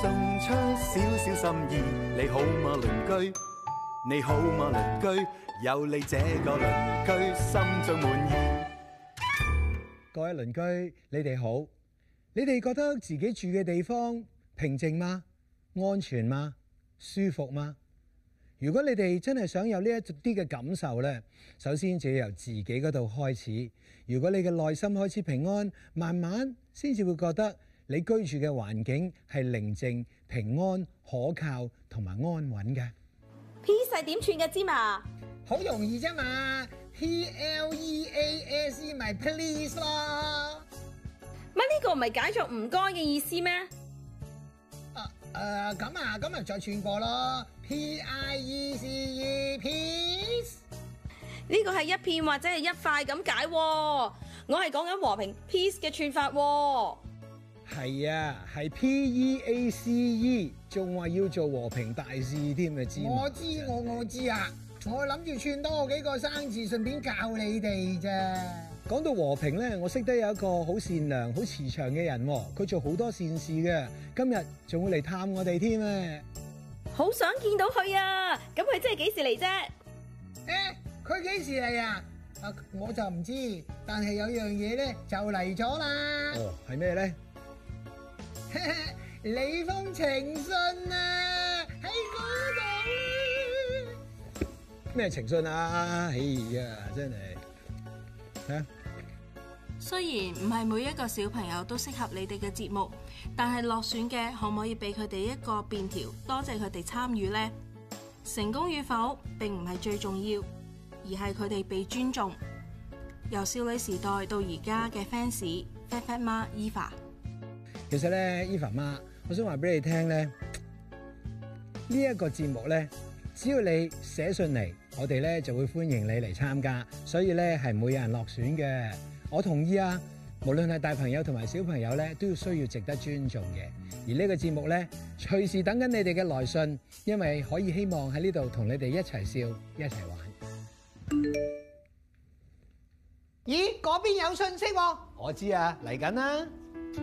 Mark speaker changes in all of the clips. Speaker 1: 送出少少心意，你好嗎鄰居？你好嗎鄰居？有你這個鄰居，心中滿意。
Speaker 2: 各位鄰居，你哋好，你哋覺得自己住嘅地方平靜嗎？安全嗎？舒服嗎？如果你哋真係想有呢一啲嘅感受呢，首先就要由自己嗰度開始。如果你嘅內心開始平安，慢慢先至會覺得。你居住嘅環境係寧靜、平安、可靠同埋安穩嘅。
Speaker 3: P 係點串嘅芝麻？
Speaker 4: 好容易啫嘛，P L E A S E 咪 please 咯。
Speaker 3: 乜呢個唔係解作唔該嘅意思咩？
Speaker 4: 誒咁啊，咁咪再串過咯，P I E C E peace。
Speaker 3: 呢個係一片或者係一塊咁解喎，我係講緊和平 peace 嘅串法喎。
Speaker 2: 係啊，係 P.E.A.C.E，仲 E，話要做和平大使添啊！知
Speaker 4: 我知我我知啊，我諗住串多幾個生字，順便教你哋啫。
Speaker 2: 講到和平咧，我識得有一個好善良、好慈祥嘅人，佢做好多善事嘅，今日仲會嚟探我哋添啊！
Speaker 3: 好想見到佢啊！咁佢真係幾時嚟啫？
Speaker 4: 誒，佢幾時嚟啊？啊，我就唔知，但係有樣嘢咧就嚟咗啦。
Speaker 2: 哦，係咩咧？
Speaker 4: 你封情信啊，喺嗰
Speaker 2: 度咩情信啊？哎呀，真係睇下。
Speaker 5: 雖然唔係每一個小朋友都適合你哋嘅節目，但係落選嘅可唔可以俾佢哋一個便條？多謝佢哋參與呢。成功與否並唔係最重要，而係佢哋被尊重。由少女時代到而家嘅 fans Fat Fat 媽 Eva。
Speaker 2: 其實咧，Eva 媽，我想話俾你聽咧，呢、這、一個節目咧，只要你寫信嚟，我哋咧就會歡迎你嚟參加，所以咧係唔會有人落選嘅。我同意啊，無論係大朋友同埋小朋友咧，都要需要值得尊重嘅。而呢個節目咧，隨時等緊你哋嘅來信，因為可以希望喺呢度同你哋一齊笑，一齊玩。
Speaker 4: 咦，嗰邊有信息喎、啊！
Speaker 2: 我知啊，嚟緊啦。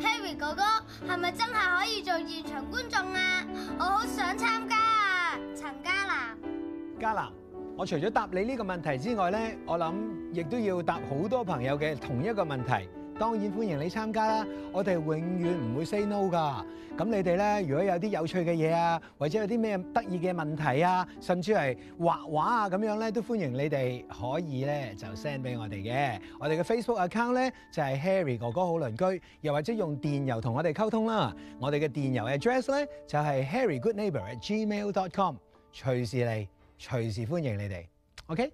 Speaker 6: Harry 哥哥係咪真係可以做現場觀眾啊？我好想參加啊！陳嘉楠，
Speaker 2: 嘉楠，我除咗答你呢個問題之外咧，我諗亦都要答好多朋友嘅同一個問題。當然歡迎你參加啦，我哋永遠唔會 say no 噶。咁你哋咧，如果有啲有趣嘅嘢啊，或者有啲咩得意嘅問題啊，甚至係畫畫啊咁樣咧，都歡迎你哋可以咧就 send 俾我哋嘅。我哋嘅 Facebook account 咧就係 Harry 哥哥好鄰居，又或者用電郵同我哋溝通啦。我哋嘅電郵 address 咧就係 harrygoodneighbour@gmail.com，隨時嚟，隨時歡迎你哋。OK。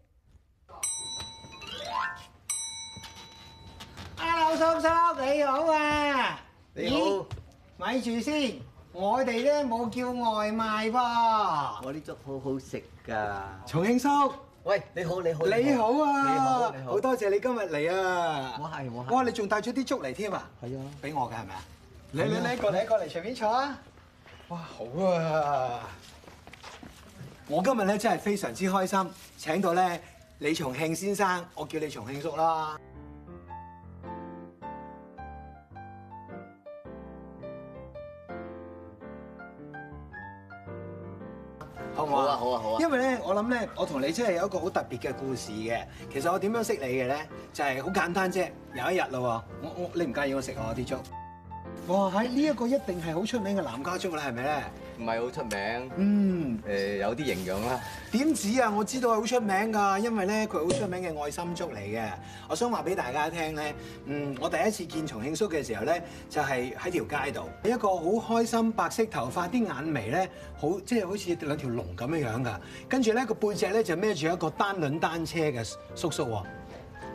Speaker 4: Hello，叔叔你好
Speaker 2: à.
Speaker 4: 啊！
Speaker 7: 你好，
Speaker 4: 咪住先，我哋咧冇叫外賣噃。
Speaker 7: 我啲粥好好食㗎。
Speaker 2: 重慶叔，
Speaker 7: 喂，你好，你好，
Speaker 2: 你好啊！
Speaker 7: 你好，你好，
Speaker 2: 好多謝你今日嚟啊！
Speaker 7: 我係我係。
Speaker 2: 哇，你仲帶咗啲粥嚟添啊？
Speaker 7: 係啊，
Speaker 2: 俾我㗎係咪啊？你你你過嚟過嚟，隨便坐啊！哇，好啊！我今日咧真係非常之開心，請到咧李重慶先生，我叫你重慶叔啦。
Speaker 7: 好啊好啊好啊！
Speaker 2: 因為咧，我諗咧，我同你真係有一個好特別嘅故事嘅。其實我點樣識你嘅咧，就係好簡單啫。有一日啦，我我你唔介意我食啊我啲粥？哇！喺呢一個一定係好出名嘅南家粥啦，係咪咧？
Speaker 7: 唔係好出名。
Speaker 2: 嗯。
Speaker 7: 誒，有啲營養啦。
Speaker 2: 點止啊！我知道係好出名㗎，因為咧佢好出名嘅愛心粥嚟嘅。我想話俾大家聽咧，嗯，我第一次見重慶叔嘅時候咧，就係喺條街度，一個好開心白色頭髮，啲眼眉咧好即係好似兩條龍咁樣樣㗎。跟住咧個背脊咧就孭住一個單輪單車嘅叔叔喎。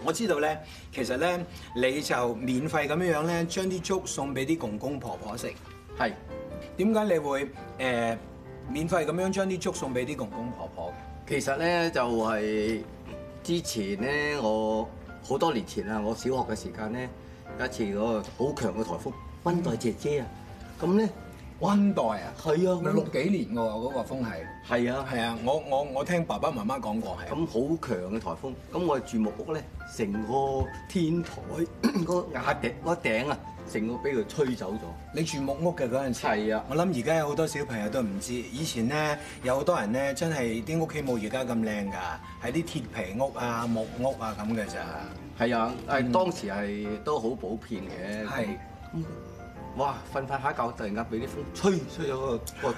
Speaker 2: 我知道咧，其實咧你就免費咁樣樣咧，將啲粥送俾啲公公婆婆食。
Speaker 8: 係
Speaker 2: 點解你會誒、呃免費咁樣將啲粥送俾啲公公婆婆嘅？
Speaker 8: 其實咧就係、之前咧，我好多年前啊，我小學嘅時間咧，有一次嗰個好強嘅颱風，温黛姐姐啊，咁咧
Speaker 2: 温代啊，
Speaker 8: 係啊，
Speaker 2: 六幾年㗎喎，嗰、個風係。
Speaker 8: 係啊，
Speaker 2: 係啊，我我我聽爸爸媽媽講過係。
Speaker 8: 咁好強嘅颱風，咁我哋住木屋咧，成個天 台個瓦頂個頂啊，成個俾佢吹走咗。
Speaker 2: 你住木屋嘅嗰陣時，
Speaker 8: 係啊
Speaker 2: 我諗而家有好多小朋友都唔知，以前咧有好多人咧真係啲屋企冇而家咁靚㗎，係啲鐵皮屋啊、木屋啊咁嘅咋。
Speaker 8: 係啊，誒當時係都好普遍嘅。
Speaker 2: 係
Speaker 8: 咁，哇！瞓瞓下覺，突然間俾啲風吹吹咗個個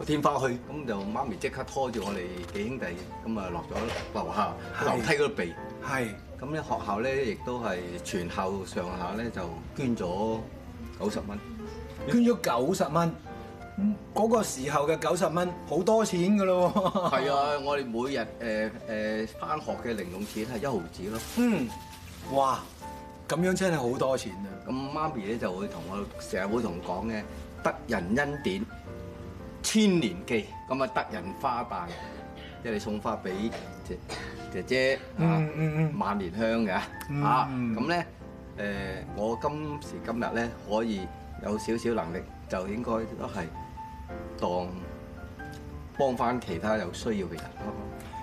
Speaker 8: 個天花去，咁就媽咪即刻拖住我哋幾兄弟，咁啊落咗樓下
Speaker 2: 係
Speaker 8: 樓梯嗰度避。
Speaker 2: 係
Speaker 8: 咁咧學校咧亦都係全校上下咧就捐咗九十蚊。
Speaker 2: 捐咗九十蚊，嗯嗰、個時候嘅九十蚊好多錢㗎咯 喎。
Speaker 8: 係啊，我哋每日誒誒翻學嘅零用錢係一毫子咯。
Speaker 2: 嗯，哇，咁樣真係好多錢啊！
Speaker 8: 咁媽咪咧就會同我成日會同我講嘅，得人恩典，千年記，咁啊得人花 旦，即係你送花俾姐姐姐啊
Speaker 2: 嗯，嗯
Speaker 8: 萬年香嘅
Speaker 2: 嗯
Speaker 8: 啊，咁咧誒，我今時今日咧可以有少少能力，就應該都係當幫翻其他有需要嘅人咯。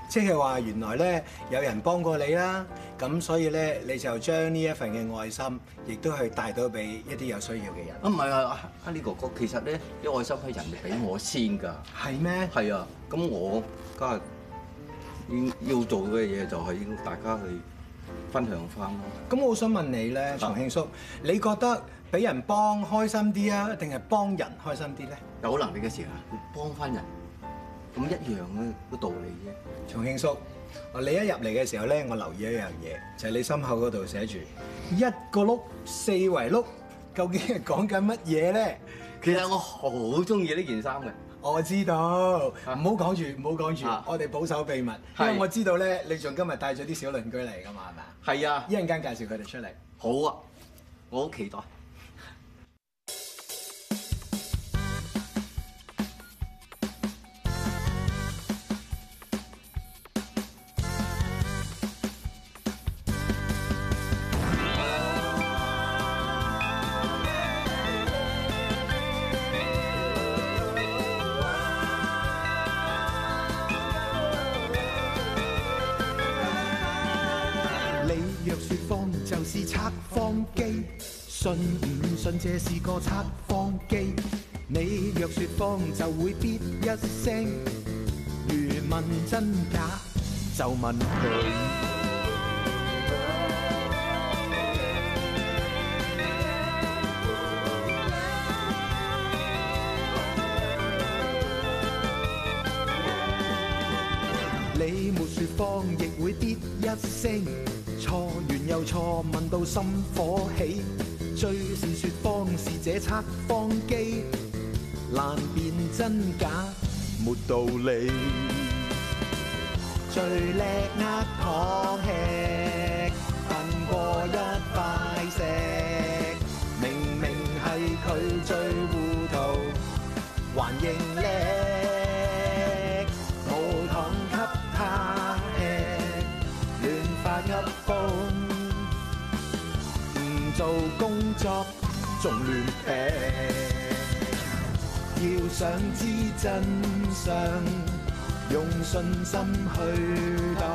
Speaker 2: 即係話原來咧有人幫過你啦，咁所以咧你就將呢一份嘅愛心，亦都去帶到俾一啲有需要嘅人。
Speaker 8: 啊唔係啊，啊呢哥哥，其實咧啲愛心係人哋俾我先㗎。
Speaker 2: 係咩？
Speaker 8: 係啊，咁我梗係要要做嘅嘢就係要大家去分享翻咯。
Speaker 2: 咁我想問你
Speaker 8: 啊
Speaker 2: 咧，長慶叔，你覺得俾人幫開心啲啊，定係幫人開心啲咧？
Speaker 8: 有能力嘅時候幫翻人，咁一樣嘅個道理啫。
Speaker 2: 長慶叔，啊你一入嚟嘅時候咧，我留意一樣嘢，就係、你心口嗰度寫住一個碌四圍碌，究竟係講緊乜嘢咧？
Speaker 8: 其實我好中意呢件衫嘅，
Speaker 2: 我知道，唔好講住，唔好講住
Speaker 8: 啊，
Speaker 2: 我哋保守秘密，因
Speaker 8: 係
Speaker 2: 為我知道咧，你仲今日帶咗啲小鄰居嚟噶嘛，係咪啊？
Speaker 8: 係啊
Speaker 2: 一，陣間介紹佢哋出嚟。
Speaker 8: 好啊，我好期待。
Speaker 1: 你若說謊就是測謊機，信唔信這是個測謊機。你若說謊就會咇一聲，如問真假就問佢。你沒說謊亦會跌一聲，錯完又錯，問到心火起。最是說謊是這測謊機，難辨真假，沒道理。最叻呃糖吃，笨過一塊石。明明係佢最糊塗。還認叻，冇糖給他吃，亂發噏風，唔做工作仲亂劈。要想知真相，用信心去度，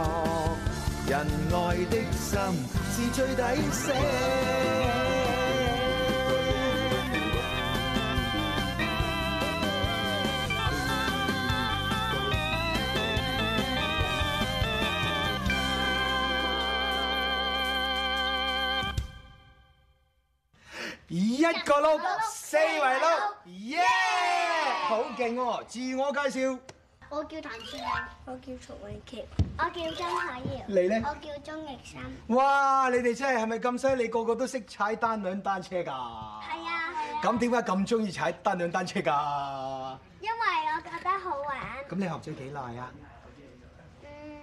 Speaker 1: 仁愛的心是最抵捨。
Speaker 2: 一個碌四圍碌，耶！好勁喎！自我介紹，
Speaker 6: 我叫谭志亮，我叫曹永杰，我叫张海瑶，
Speaker 2: 你咧
Speaker 6: 我叫钟奕森，
Speaker 2: 哇！你哋真係係咪咁犀利？個個都識踩單兩單車㗎？
Speaker 6: 係啊，係啊，
Speaker 2: 咁點解咁中意踩單兩單車㗎？
Speaker 6: 因為我覺得好玩，
Speaker 2: 咁你學咗幾耐啊？
Speaker 6: 嗯，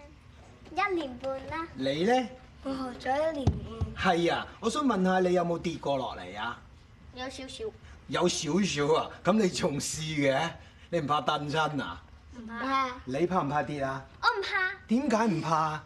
Speaker 6: 一年半啦，
Speaker 2: 你咧
Speaker 6: 我學咗一年半，
Speaker 2: 係啊！我想問下你有冇跌過落嚟啊？
Speaker 6: 有少少，
Speaker 2: 有少少啊，咁你仲試嘅？你唔怕蹬親啊？
Speaker 6: 唔怕，
Speaker 2: 你怕唔怕跌啊？
Speaker 6: 我唔怕，
Speaker 2: 點解唔怕啊？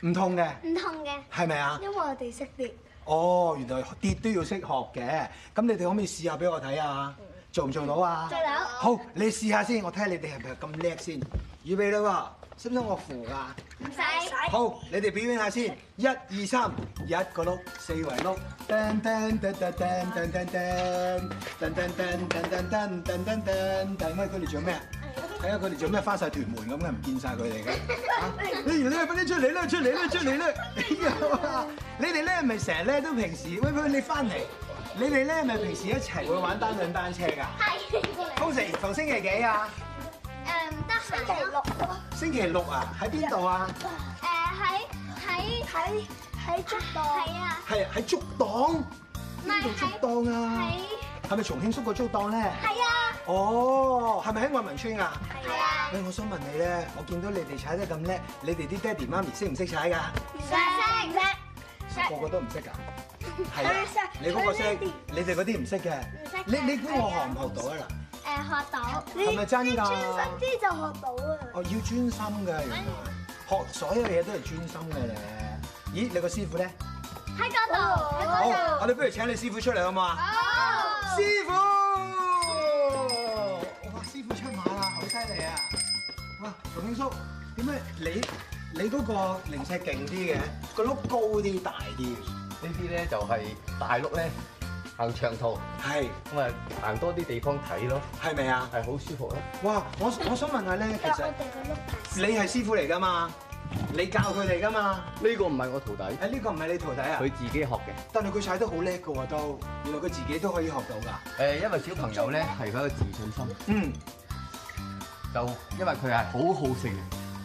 Speaker 2: 唔痛嘅，
Speaker 6: 唔痛嘅，
Speaker 2: 係咪啊？
Speaker 6: 因為我哋識跌。
Speaker 2: 哦，原來跌都要識學嘅。咁你哋可唔可以試下俾我睇啊？做唔做到啊？
Speaker 6: 做到
Speaker 2: 好，你試下先，我睇下你哋係咪咁叻先。預備啦喎，使唔使我扶啊㗎？
Speaker 6: 唔使。
Speaker 2: 好，你哋表演下先，一二三，一個碌，四圍碌，噔噔噔噔噔噔噔噔噔噔噔噔噔噔噔噔噔噔，喂，佢哋做咩啊？睇下佢哋做咩，翻晒屯門咁嘅，唔見晒佢哋嘅。啊你哋咧，快啲出嚟啦，出嚟啦，出嚟啦！哎呀，你哋咧咪成日咧都平時，喂喂，你翻嚟，你哋咧咪平時一齊會玩單輪單車㗎？
Speaker 6: 係。
Speaker 2: 通常逢星期幾啊？
Speaker 6: 誒唔得閒咯。
Speaker 2: 星期六啊？喺邊度啊？
Speaker 6: 誒喺喺喺喺足度。係啊，
Speaker 2: 係喺竹檔。
Speaker 6: 唔
Speaker 2: 邊度
Speaker 6: 係
Speaker 2: 竹檔啊？
Speaker 6: 喺
Speaker 2: 係咪重慶縮個租檔咧？
Speaker 6: 係啊，
Speaker 2: 哦，係咪喺愛民村啊？
Speaker 6: 係啊，
Speaker 2: 喂，我想問你咧，我見到你哋踩得咁叻，你哋啲爹哋媽咪識唔識踩㗎？
Speaker 6: 唔使唔使
Speaker 2: 個個都唔識㗎。係啊，你嗰個識，你哋嗰啲唔識嘅。
Speaker 6: 識嘅
Speaker 2: 你你估我學唔學到啊嗱？
Speaker 6: 誒學到。
Speaker 2: 係咪真㗎？
Speaker 6: 呃啲就學到啊！
Speaker 2: 哦，要專心㗎，原來學所有嘢都係專心嘅咧。咦，你個師傅咧？
Speaker 6: 喺嗰度，喺
Speaker 2: 好，
Speaker 6: 嗰
Speaker 2: 我
Speaker 6: 度。
Speaker 2: 哋不如請你師傅出嚟好啊嘛？
Speaker 6: 好
Speaker 2: 師傅，哇！師傅出馬啦，好犀利啊！哇，馮英叔，點解你你嗰個零舍勁啲嘅，個碌高啲大啲？
Speaker 9: 呢啲咧就係大陸咧行長途，
Speaker 2: 係
Speaker 9: 咁啊行多啲地方睇咯，
Speaker 2: 係咪啊？
Speaker 9: 係好舒服咯。
Speaker 2: 哇！我我想問下咧，其實你係師傅嚟㗎嘛？你教佢哋㗎嘛？
Speaker 9: 呢個唔係我徒弟，
Speaker 2: 誒呢個唔係你徒弟啊？
Speaker 9: 佢自己學嘅。
Speaker 2: 但係佢踩得好叻㗎喎，都原來佢自己都可以學到㗎。
Speaker 9: 誒，因為小朋友咧係佢一個自信心，
Speaker 2: 嗯，
Speaker 9: 就因為佢係好好勝嘅，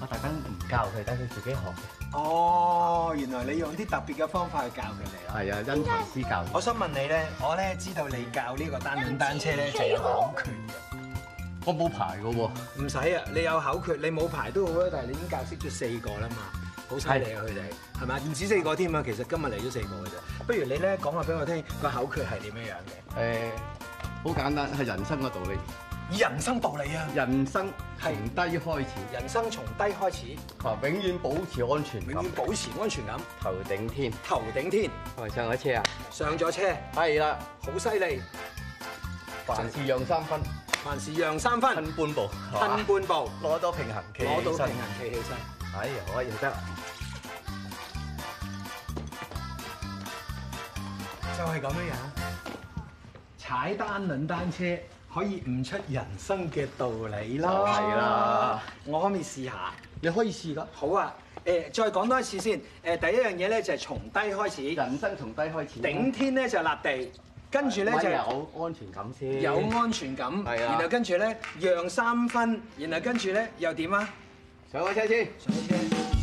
Speaker 9: 我特登唔教佢，等佢自己學嘅。
Speaker 2: 哦，原來你用啲特別嘅方法去教佢哋啊！
Speaker 9: 係啊，因材施教。
Speaker 2: 我想問你咧，我咧知道你教呢個單輪單車咧就有口訣嘅，
Speaker 9: 我冇牌嘅喎，
Speaker 2: 唔使啊，你有口訣，你冇牌都好啊，但係你已經教識咗四個啦嘛，好犀利啊佢哋，係咪？唔止四個添啊，其實今日嚟咗四個嘅啫。不如你咧講下俾我聽個口訣係點樣樣
Speaker 9: 誒好簡單，係人生嘅道理。
Speaker 2: 嘅？人生道理啊，
Speaker 9: 人生
Speaker 2: 係
Speaker 9: 從低開始，
Speaker 2: 人生從低開始，
Speaker 9: 啊永遠保持安全
Speaker 2: 永
Speaker 9: 感
Speaker 2: 遠，保持安全感，
Speaker 9: 頭頂天。
Speaker 2: 頭頂天，
Speaker 9: 係咪上咗車啊？
Speaker 2: 上咗車，
Speaker 9: 係啦，
Speaker 2: 好犀利，
Speaker 9: 凡事讓三分，
Speaker 2: 凡事讓三分，
Speaker 9: 分半步，
Speaker 2: 吞半步，
Speaker 9: 攞到平衡，企
Speaker 2: 攞到
Speaker 9: 起身
Speaker 2: 平。衡企起身。
Speaker 9: 哎呀，可以得啦。
Speaker 2: 就係咁樣樣，踩單輪單車可以悟出人生嘅道理咯。
Speaker 9: 係啦，
Speaker 2: 我可唔可以試下？
Speaker 9: 你可以試噶。
Speaker 2: 好啊，誒，再講多一次先。誒，第一樣嘢咧就係從低開始，
Speaker 9: 人生從低開始，
Speaker 2: 頂天咧就立地，跟住咧
Speaker 9: 咪
Speaker 2: 就
Speaker 9: 有安全感先。
Speaker 2: 有安全感，
Speaker 9: 啊係啊
Speaker 2: 然後跟住咧讓三分，然後跟住咧又點啊？
Speaker 9: 上個車先。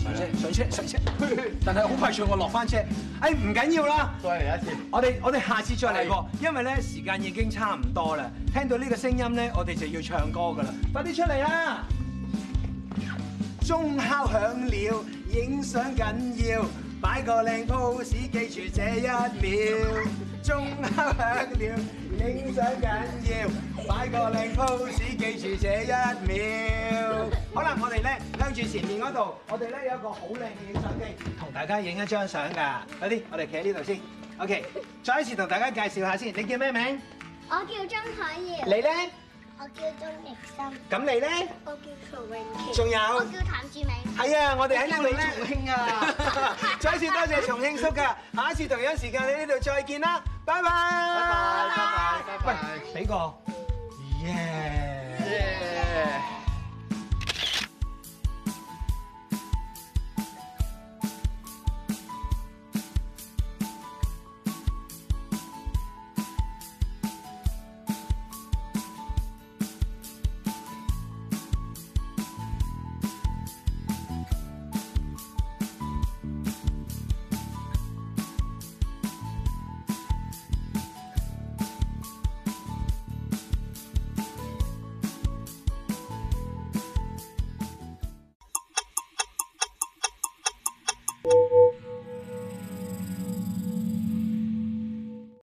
Speaker 2: 上車，上車，上車，上車。 但係好快脆我落翻車。誒，唔緊要啦。
Speaker 9: 再嚟一次。
Speaker 2: 我哋我哋下次再嚟過，因為咧時間已經差唔多啦。聽到呢個聲音咧，我哋就要唱歌噶啦，快啲出嚟啊啦！鐘敲響了，影相緊要，擺個靚 pose，記住這一秒。鐘敲響了，影相緊要，擺個靚 pose，記住這一秒。好啦，我哋咧向住前面嗰度，我哋咧有一個好靚嘅影相機，同大家影一張相㗎。快啲，我哋企喺呢度先。OK，再一次同大家介紹下先，你叫咩名？
Speaker 6: 我叫張海
Speaker 2: 你
Speaker 6: 瑤，
Speaker 2: 咧？
Speaker 6: 我叫鍾力心，
Speaker 2: 咁你咧？
Speaker 6: 我叫曹永
Speaker 2: 仲有？
Speaker 6: 我叫譚志明。
Speaker 2: 係啊，我哋喺呢度咧，重慶啊！ 再一次多謝重慶叔 噶，下一次同樣時間喺呢度再見啦，拜拜！拜拜拜拜拜拜！喂，俾個耶！